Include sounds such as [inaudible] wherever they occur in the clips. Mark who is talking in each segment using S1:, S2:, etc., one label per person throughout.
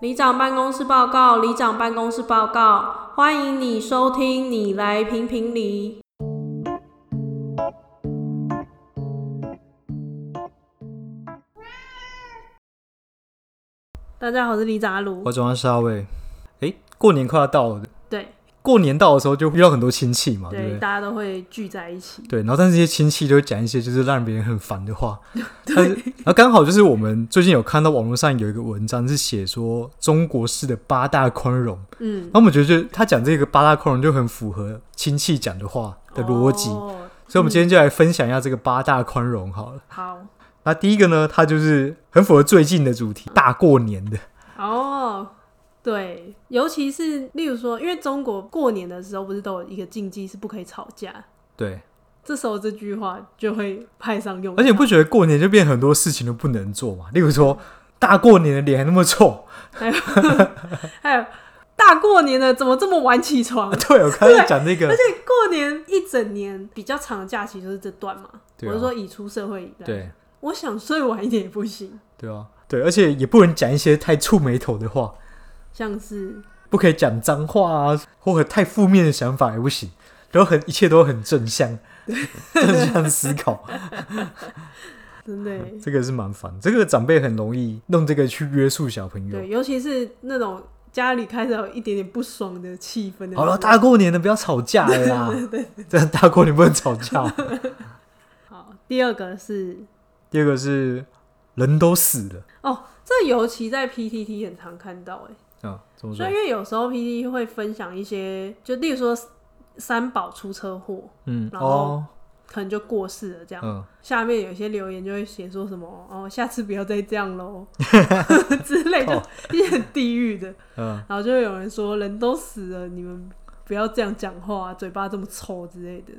S1: 里长办公室报告，里长办公室报告，欢迎你收听，你来评评理。大家好，我是里长阿鲁
S2: 我。转换沙位。哎，过年快要到了，
S1: 对
S2: 过年到的时候就遇到很多亲戚嘛，对不
S1: 哦对，
S2: 对？
S1: 大家都会聚在一起。
S2: 对，然后但是这些亲戚就会讲一些就是让别人很烦的
S1: [laughs]
S2: 话，但是然后刚好就是我们最近有看到网络上有一个文章是写说中国式的八大宽容，
S1: 嗯，
S2: 然后我们觉得就他讲这个八大宽容就很符合亲戚讲的话的逻辑，
S1: 哦
S2: 所以我们今天就来分享一下这个八大宽容好了。
S1: 好
S2: 那第一个呢，它就是很符合最近的主题，大过年的，
S1: 哦。对，尤其是例如说，因为中国过年的时候不是都有一个禁忌是不可以吵架，
S2: 对，
S1: 这时候这句话就会派上用场。
S2: 而且你不觉得过年就变很多事情都不能做嘛？例如说，大过年的脸还那么臭， [laughs]
S1: 还有大过年的怎么这么晚起床？而
S2: 啊对我刚才讲那个，
S1: 且过年一整年比较长的假期就是这段嘛。
S2: 对啊
S1: 我是说已出社会以来，
S2: 对
S1: 我想睡晚一点也不行，
S2: 对啊，对，而且也不能讲一些太触眉头的话，
S1: 像是
S2: 不可以讲脏话啊，或者太负面的想法也不行，都很一切都很正向， [laughs] 正向思考，
S1: 真的欸耶
S2: 这个是蛮烦。这个长辈很容易弄这个去约束小朋友
S1: 对，。尤其是那种家里开始有一点点不爽的气氛的时候。
S2: 好了，大过年的不要吵架了啦， [laughs] 这大过年不能吵架。 [laughs]
S1: 好，第二个是
S2: 第二个是人都死了，
S1: 哦，这尤其在 PTT 很常看到哎。
S2: 啊，怎么说
S1: 所以，？因为有时候 PTT 会分享一些，就例如说三宝出车祸，
S2: 嗯，
S1: 然后
S2: 哦，
S1: 可能就过世了这样。
S2: 嗯，
S1: 下面有些留言就会写说什么哦，下次不要再这
S2: [laughs]
S1: 样喽之类，就一些很地狱的。
S2: 嗯，
S1: 然后就会有人说，人都死了，你们不要这样讲话、嘴巴这么臭之类的。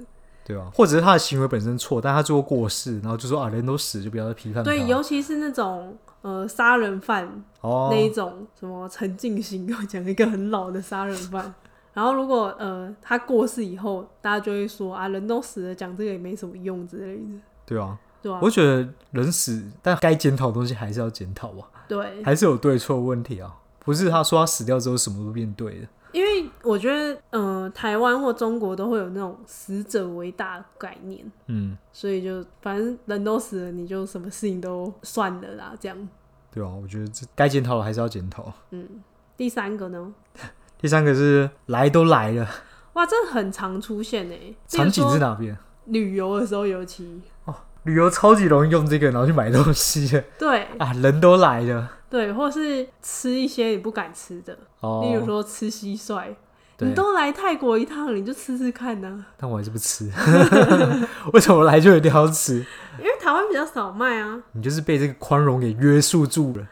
S2: 对
S1: 啊
S2: 吧？或者是他的行为本身错，但他最后过世，然后就说啊，人都死，就不要再批判他。
S1: 对，尤其是那种呃杀人犯、
S2: 哦
S1: 那，一种，什么陈进兴，我讲一个很老的杀人
S2: [laughs]
S1: 犯。然后如果呃他过世以后，大家就会说啊，人都死了，讲这个也没什么用之类的，
S2: 对啊，
S1: 对吧、
S2: 我觉得人死，但该检讨的东西还是要检讨啊，
S1: 对，
S2: 还是有对错问题啊，不是他说他死掉之后什么都变对的。
S1: 因为我觉得，嗯、台湾或中国都会有那种死者为大的概念，
S2: 嗯，
S1: 所以就反正人都死了，你就什么事情都算了啦。这样，
S2: 对啊，我觉得这该检讨的还是要检讨。
S1: 嗯，第三个呢，
S2: 第三个是来都来了，
S1: 哇，这很常出现诶、欸，
S2: 场景
S1: 比
S2: 是
S1: 如说
S2: 哪边？
S1: 旅游的时候尤其，
S2: 旅游超级容易用这个，然后去买东西
S1: [laughs] 对
S2: 啊，人都来了。
S1: 对，或是吃一些你不敢吃的，
S2: 哦，
S1: 例如说吃蟋蟀，你
S2: 对，
S1: 都来泰国一趟，你就吃吃看呐、
S2: 但我还是不吃， [laughs] 为什么来就一定要吃？
S1: 因为台湾比较少卖啊。
S2: 你就是被这个宽容给约束住了。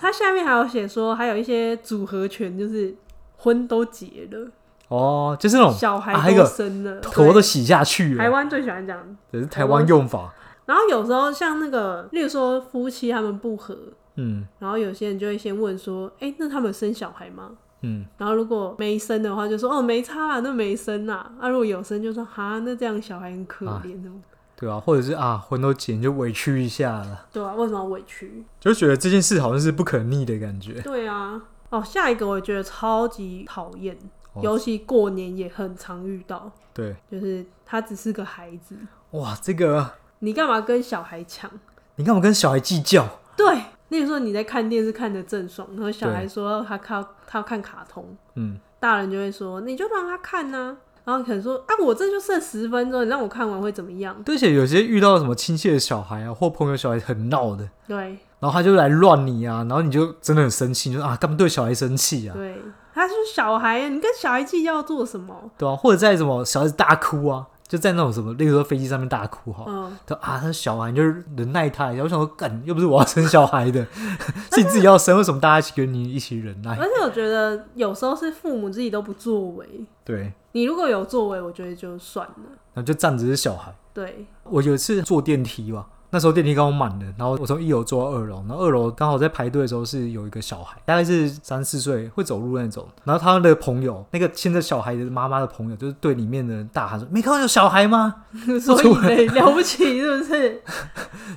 S1: 它下面还有写说，还有一些组合拳，就是婚都结了。
S2: 哦，就是那种
S1: 小
S2: 啊
S1: 孩
S2: 还
S1: 都
S2: 有
S1: 生了，
S2: 头都
S1: 对
S2: 洗下去
S1: 台
S2: 了，
S1: 湾最喜欢讲。
S2: 这是台湾用法。
S1: 然后有时候像那个，例如说夫妻他们不和，
S2: 嗯
S1: 然后有些人就会先问说：“哎、那他们生小孩吗
S2: 嗯，？”
S1: 然后如果没生的话，就说：“哦，没差啦，那没生啦。”啊，如果有生，就说：“哈，那这样小孩很可怜哦。
S2: 对啊，或者是啊，魂都剪就委屈一下了，
S1: 对啊，为什么要委屈？
S2: 就觉得这件事好像是不可逆的感觉。
S1: 对啊。哦，下一个我觉得超级讨厌，
S2: 哦
S1: 尤其过年也很常遇到，
S2: 对，
S1: 就是他只是个孩子，
S2: 哇，这个
S1: 你干嘛跟小孩抢？
S2: 你干嘛跟小孩计较？
S1: 对，例如说你在看电视看的正爽，然后小孩说他看他要看卡通，
S2: 嗯，
S1: 大人就会说你就让他看呐、然后可能说啊，我这就剩十分钟，你让我看完会怎么样？
S2: 而且有些遇到什么亲戚的小孩啊，或朋友小孩很闹的，
S1: 对
S2: 然后他就来乱你啊，然后你就真的很生气，你就说啊，干嘛对小孩生气啊？
S1: 对，他是小孩，你跟小孩计较做什么？
S2: 对啊，或者在什么小孩子大哭啊，就在那种什么，例如说飞机上面大哭哈，
S1: 嗯，
S2: 他啊，他小孩你就是忍耐他一下。我想说，干，又不是我要生小孩的， [laughs] 是你自己要生，为什么大家一起跟你一起忍耐？
S1: 而且我觉得有时候是父母自己都不作为，
S2: 对，然
S1: 你如果有作为，我觉得就算了。
S2: 后就站着是小孩。
S1: 对， [laughs]
S2: 我有一次坐电梯吧，那时候电梯刚好满了，然后我从一楼坐到二楼，然后二楼刚好在排队的时候是有一个小孩，大概是三四岁，会走路那种。然后他的朋友，那个牵着小孩的妈妈的朋友，就是对里面的人大喊说：“没看到有小孩吗
S1: 所以嘞，了不起是不是？？”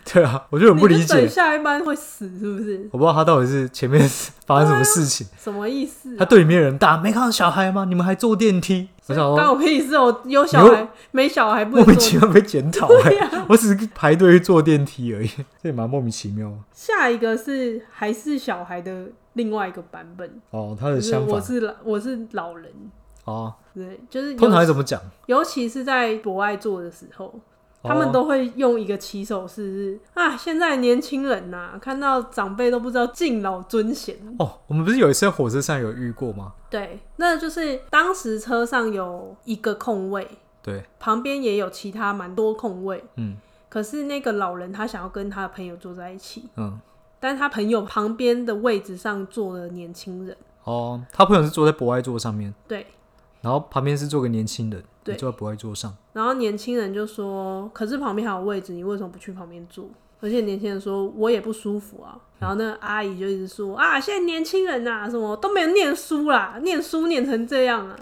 S2: 对啊，我就很不理
S1: 你就等
S2: 解，
S1: 下一班会死是不是？
S2: 我不知道他到底是前面是发生什么事情。
S1: 什么意思、
S2: 他
S1: 啊？
S2: 对里面的人大喊：“没看到小孩吗？你们还坐电梯？”我想
S1: 关
S2: 说
S1: 我屁事！我有小
S2: 哦你
S1: 孩没小孩不
S2: 莫
S1: 能啊
S2: 名其
S1: 坐。
S2: 妙被检讨、欸，我只是排队坐电梯而已，这也蛮莫名其妙。
S1: 下一个是还是小孩的另外一个版本，
S2: 哦，他
S1: 就
S2: 的
S1: 是
S2: 相
S1: 我
S2: 反
S1: 是老我是老人，
S2: 哦，
S1: 对，就是
S2: 通常
S1: 尤
S2: 会怎么讲？
S1: 尤其是在博爱做的时候，他们
S2: 哦
S1: 都会用一个起手式是啊，现在年轻人呐、看到长辈都不知道敬老尊贤。
S2: 哦，我们不是有一次在火车上有遇过吗？
S1: 对，那就是当时车上有一个空位，
S2: 对，
S1: 旁边也有其他蛮多空位，
S2: 嗯
S1: 可是那个老人他想要跟他的朋友坐在一起，
S2: 嗯，
S1: 但是他朋友旁边的位置上坐了年轻人，
S2: 哦，他朋友是坐在博爱座上面，
S1: 对，
S2: 然后旁边是坐个年轻人，
S1: 对
S2: 也坐在博爱座上。
S1: 然后年轻人就说：“可是旁边还有位置，你为什么不去旁边坐？”而且年轻人说：“我也不舒服啊。”然后那个阿姨就一直说：“啊，现在年轻人呐、什么都没有念书啦，念书念成这样啊。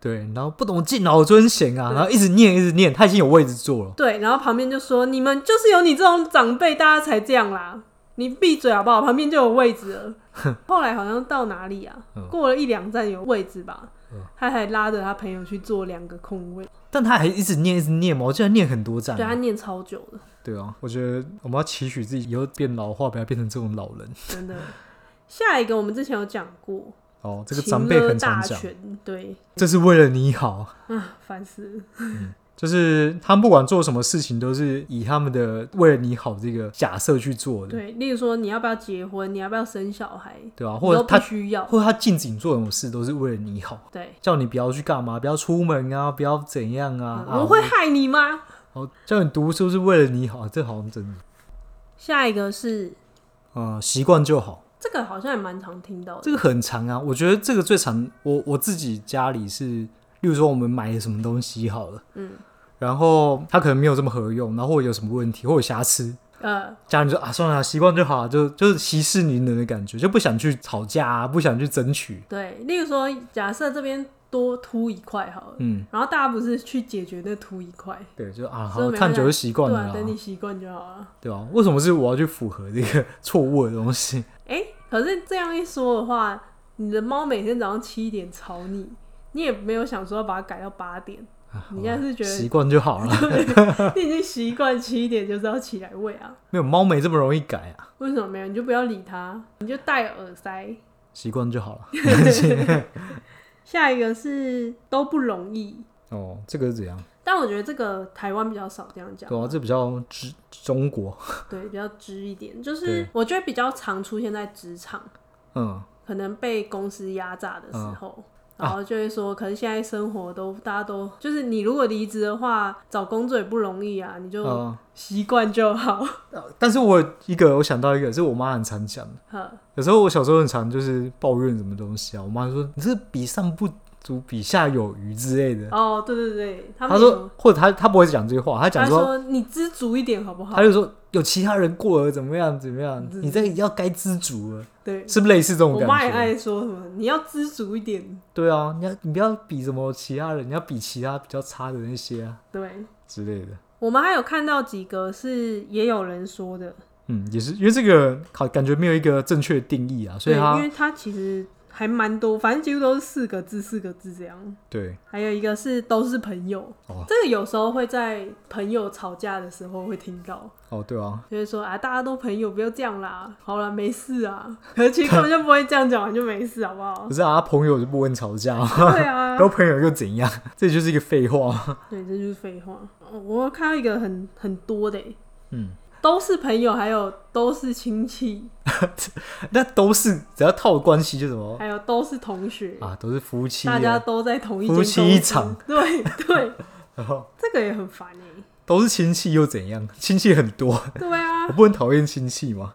S2: 对，然后不懂敬老尊贤啊，
S1: 对
S2: 然后一直念一直念，他已经有位置坐”了。
S1: 对，然后旁边就说：“你们就是有你这种长辈，大家才这样啦。你闭嘴好不好？旁边就有位置了。”后来好像到哪里啊
S2: 嗯？
S1: 过了一两站有位置吧
S2: 嗯，
S1: 他还拉着他朋友去坐两个空位，
S2: 但他还一直念一直念嘛，我竟然念很多站
S1: 对他
S2: 啊。
S1: 念超久了。
S2: 对啊，我觉得我们要期许自己以后变老化，不要变成这种老人。
S1: 真的。 [laughs] 下一个我们之前有讲过，
S2: 哦，这个
S1: 情
S2: 长辈
S1: 勒
S2: 很
S1: 大
S2: 常讲，
S1: 全，对
S2: 这是为了你好。
S1: 啊，烦死了。
S2: 就是他们不管做什么事情，都是以他们的为了你好这个假设去做的，
S1: 对，例如说你要不要结婚，你要不要生小孩，
S2: 对吧、
S1: 你
S2: 啊或者
S1: 都不
S2: 他
S1: 需要。
S2: 或者他禁止你做什么事，都是为了你好，
S1: 对，
S2: 叫你不要去干嘛，不要出门啊，不要怎样啊，啊
S1: 嗯我会害你吗？
S2: 哦，叫你读书是为了你好，这好像真的，
S1: 下一个是
S2: 呃，习惯就好，
S1: 这个，好像也蛮常听到的。
S2: 这个很长啊，我觉得这个最长，我我自己家里是，例如说我们买了什么东西好了，
S1: 嗯，
S2: 然后它可能没有这么合用，然后或者有什么问题，或者有瑕疵，
S1: 呃，
S2: 家人就啊，算了，习惯就好，就就是息事宁人的感觉，就不想去吵架啊，不想去争取。
S1: 对，例如说假设这边多凸一块好了，
S2: 嗯，
S1: 然后大家不是去解决那凸一块，
S2: 对，就啊，
S1: 所以
S2: 好
S1: 没
S2: 看
S1: 办
S2: 久
S1: 法
S2: 就习惯
S1: 对
S2: 了
S1: 啊，
S2: 啊，
S1: 等你习惯就好了。
S2: 对吧、为什么是我要去符合这个 [laughs] 错误的东西？
S1: 哎、可是这样一说的话，你的猫每天早上七点吵你，你也没有想说要把它改到八点，你现在 [laughs] 是觉得
S2: 啊习惯就好了， [laughs]
S1: 你已经习惯七点就是要起来喂啊，
S2: 没有猫没这么容易改啊，
S1: 为什么没有？你就不要理它，你就戴耳塞。
S2: 习惯就好了。
S1: 下一个是都不容易，
S2: 哦，这个是怎样？
S1: 但我觉得这个台湾比较少这样讲，
S2: 对啊，这比较中中国，
S1: 对，比较直一点。就是
S2: 对
S1: 我觉得比较常出现在职场，
S2: 嗯，
S1: 可能被公司压榨的时候。然后就会
S2: 啊
S1: 说，可是现在生活都大家都就是你如果离职的话，找工作也不容易啊，你就
S2: 嗯
S1: 习惯就好。
S2: 呃但是我有一个我想到一个，是我妈很常
S1: [laughs]
S2: 讲的。
S1: 呵
S2: 有时候我小时候很常就是抱怨什么东西啊，我妈说你这比上不足，比下有余之类的。
S1: 哦，对对对，他
S2: 他
S1: 们
S2: 说
S1: 有，
S2: 或者他他不会讲这句话，他
S1: 他
S2: 讲说，
S1: 你知足一点好不好
S2: 他？就说有其他人过得怎么样怎么样，
S1: 嗯
S2: 你这个要该知足了，
S1: 对，
S2: 是不是类似这种
S1: 我妈也
S2: 感觉？
S1: 爱说什么，你要知足一点，
S2: 对啊，你要你不要比什么其他人，你要比其他比较差的那些啊
S1: 对。
S2: 之类的。
S1: 我们还有看到几个是也有人说的，
S2: 嗯，也是因为这个好感觉没有一个正确的定义啊，所以
S1: 对因
S2: 他
S1: 为它其实还蛮多，反正几乎都是四个字、四个字这样。
S2: 对
S1: 还有一个是都是朋友，
S2: 哦
S1: 这个有时候会在朋友吵架的时候会听到，
S2: 哦对啊，
S1: 就会说啊，大家都朋友，不要这样啦，好啦，没事啊。
S2: [laughs]
S1: 可是其实根本就不会这样讲完就没事，好不好
S2: 不？是啊，朋友就不问吵架吗？
S1: 对啊，
S2: 交朋友又怎样？ [laughs] 这就是一个废话 [laughs] 嘛。
S1: 对，这就是废话。哦我有看到一个很很多的欸，
S2: 嗯，
S1: 都是朋友，还有都是亲戚，
S2: 那都是只要套关系就什么
S1: 还有都是同学，
S2: 啊，都是夫妻、啊，
S1: 大家都在同一间
S2: 夫
S1: 公
S2: 妻
S1: 司
S2: 一场。
S1: 对对，
S2: 然后
S1: 这个也很烦哎。
S2: 都是亲戚又怎样？ [laughs] 亲戚很多，
S1: 对啊
S2: 我，不能讨厌亲戚吗？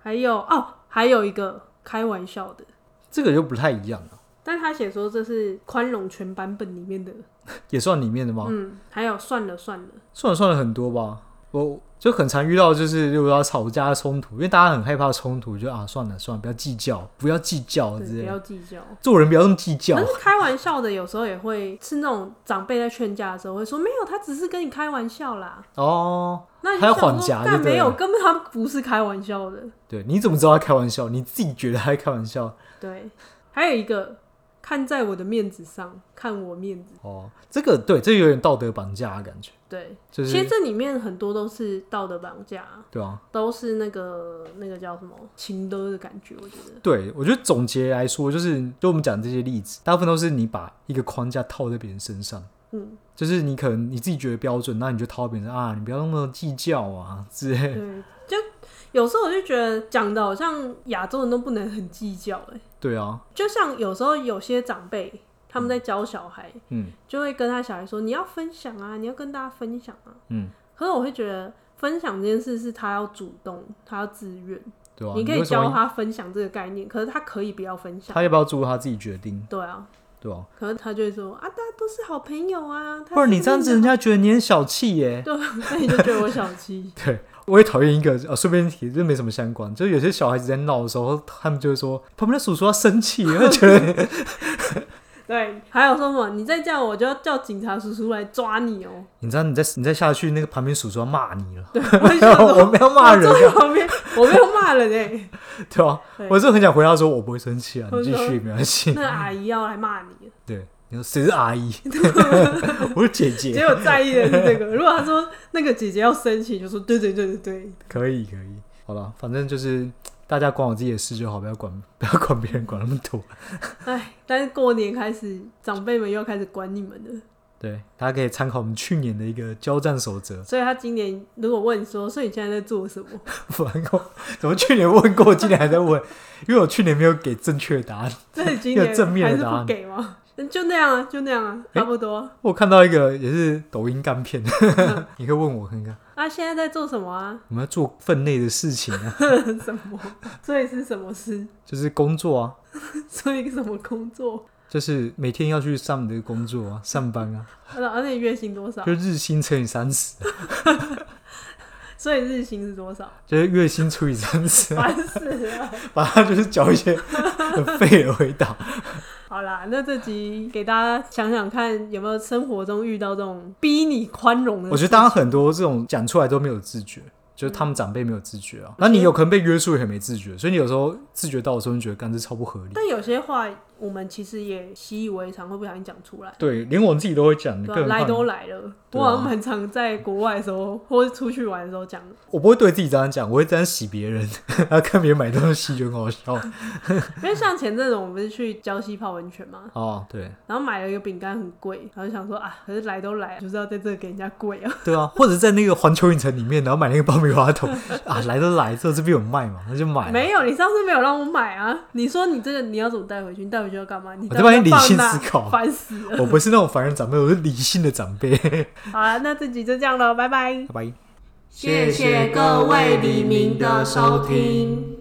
S1: 还有哦，还有一个开玩笑的，
S2: 这个就不太一样了，
S1: 但他写说这是宽容全版本里面的，嗯
S2: 也算里面的吗？
S1: 嗯，还有算了算了，
S2: 算了算了很多吧。我就很常遇到，就是如果要吵架冲突，因为大家很害怕冲突，就啊算了算了，不要计较，不要计较
S1: 对，
S2: 之
S1: 不
S2: 类
S1: 要嗯
S2: 的。
S1: 计较。
S2: 做人不要那么计较
S1: 可，是开玩笑的，有时候也会是那种长辈在劝架的时候会说：“没有，他只是跟你开玩笑啦。
S2: 哦，”
S1: 那你
S2: 还要
S1: 就想
S2: 缓
S1: 说
S2: 夹就
S1: 但
S2: 对
S1: 没有，
S2: 了
S1: 根本他不是开玩笑的。
S2: 对，你怎么知道他开玩笑？你自己觉得他在开玩笑
S1: 对，还有一个看在我的面子上，看我面子。
S2: 哦，这个对，这有点道德绑架的感觉，
S1: 对，
S2: 就
S1: 其实
S2: 是
S1: 这里面很多都是道德绑架，
S2: 对啊，
S1: 都是那个那个叫什么情勒的感觉。我觉得，
S2: 对我觉得总结来说，就是就我们讲这些例子，大部分都是你把一个框架套在别人身上。
S1: 嗯，
S2: 就是你可能你自己觉得标准，那你就套别人啊，你不要那么计较啊之类的。
S1: 对，就有时候我就觉得讲的好像亚洲人都不能很计较、欸，
S2: 对啊，
S1: 就像有时候有些长辈他们在教小孩，
S2: 嗯
S1: 就会跟他小孩说：“你要分享啊，你要跟大家分享啊。
S2: 嗯，”
S1: 可是我会觉得分享这件事是他要主动，他要自愿。
S2: 对啊，
S1: 你可
S2: 为
S1: 以
S2: 什么
S1: 教他分享这个概念，可是他可以不要分享。
S2: 他要不要做他自己决定，
S1: 对啊，
S2: 对吧、
S1: 可是他就会说：“啊，大家都是好朋友啊。”
S2: 不然你这样子，人
S1: 家
S2: 家觉得你很小气耶。。
S1: [laughs] 对，那你就觉得我小气
S2: [laughs] 对，我也讨厌一个，呃、顺便提，这没什么相关，就是有些小孩子在闹的时候，他们就会说旁边的叔叔要生气，会觉得 [laughs]
S1: 对，还有说什么？你再这样，我就要叫警察叔叔来抓你哦、
S2: 你知道你再你再下去，那个旁边叔叔要骂你了，
S1: 对， [laughs] 我就想说
S2: [laughs] 我没有骂人啊
S1: 我坐在旁边，我没有骂人哎、
S2: [laughs] 对吧、
S1: 对
S2: 我是很想回答说，我不会生气啊，你
S1: 我
S2: 继
S1: 说
S2: 续没关系。
S1: 那阿姨要来骂你了。
S2: 对，你说谁是阿
S1: [laughs]
S2: 姨？我是姐姐。
S1: 结果在意的是这个。如果他说那个姐姐要生气，就说对对对对对，
S2: 可以可以，好了，反正就是大家管我自己的事就好，不要管 [laughs] 不要管别人管那么多。
S1: 哎，但是过年开始，长辈们又开始管你们了。
S2: 对，大家可以参考我们去年的一个交战守则。 [laughs]
S1: 所以他今年如果问说，所以你现在在做什么？
S2: 反过，怎么去年问过，今年还在问？ [laughs] 因为我去年没有给正确答案。
S1: 那你今年
S2: 有正面
S1: 还
S2: 的
S1: 是
S2: 答案
S1: 不给吗？就那样啊，就那样啊，
S2: 哎
S1: 差不多。
S2: 我看到一个也是抖音干片， [laughs] 你可以问我看看，
S1: 啊，现在在做什么啊？ [laughs]
S2: 我们要做分内的事情啊，
S1: 什么？所以是什么事？
S2: 就是工作啊，
S1: 所以什么工作？
S2: 就是每天要去上你的工作
S1: [laughs]
S2: 啊，上班啊，
S1: 而而且你月薪多少
S2: 就？日薪乘以三十， [laughs]
S1: 所以日薪是多少？
S2: 就是月薪除以三十， [laughs]
S1: 烦死了！
S2: 反正就是找一些很废的回答。
S1: 好啦，那这集给大家想想看，有没有生活中遇到这种逼你宽容的事情？
S2: 我觉得大家很多这种讲出来都没有自觉，就是他们长辈没有自觉
S1: 嗯
S2: 啊。那你有可能被约束也没自觉，所以你有时候自觉到的时候，你觉得干这超不合理。
S1: 但有些话我们其实也习以为常，会不小心讲出来。
S2: 对，连我自己都会讲，你
S1: 对
S2: 更
S1: 吧、
S2: 何
S1: 来
S2: 况
S1: 都来了，
S2: 对
S1: 我
S2: 啊
S1: 好像蛮常在国外的时候，或者出去玩的时
S2: [laughs]
S1: 候讲的。
S2: 我不会对自己这样讲，我会这样洗别人， [laughs] 然后看别人买东西就很好
S1: [laughs]
S2: 笑。
S1: 因为像前阵子我们不是去礁溪泡温泉嘛，
S2: 哦，对，
S1: 然后买了一个饼干很贵，然后就想说啊，可是来都来了，就是要在这里给人家贵啊。
S2: 对啊，或者在那个环球影城里面，然后买那个爆米花桶啊，来都来，这这边有卖嘛，那就买。
S1: 没有，你上次没有让我买啊。你说你这个你要怎么带回去？你带回去要干嘛？你
S2: 我
S1: 带
S2: 在帮
S1: 回
S2: 你理
S1: 去放
S2: 性
S1: 哪
S2: 思考
S1: 烦死了。
S2: 我不是那种凡人长辈，我是理性的长辈。 [laughs]
S1: 好了，那这集就这样了，拜拜。
S2: 拜拜。
S1: 谢谢各位黎明的收听。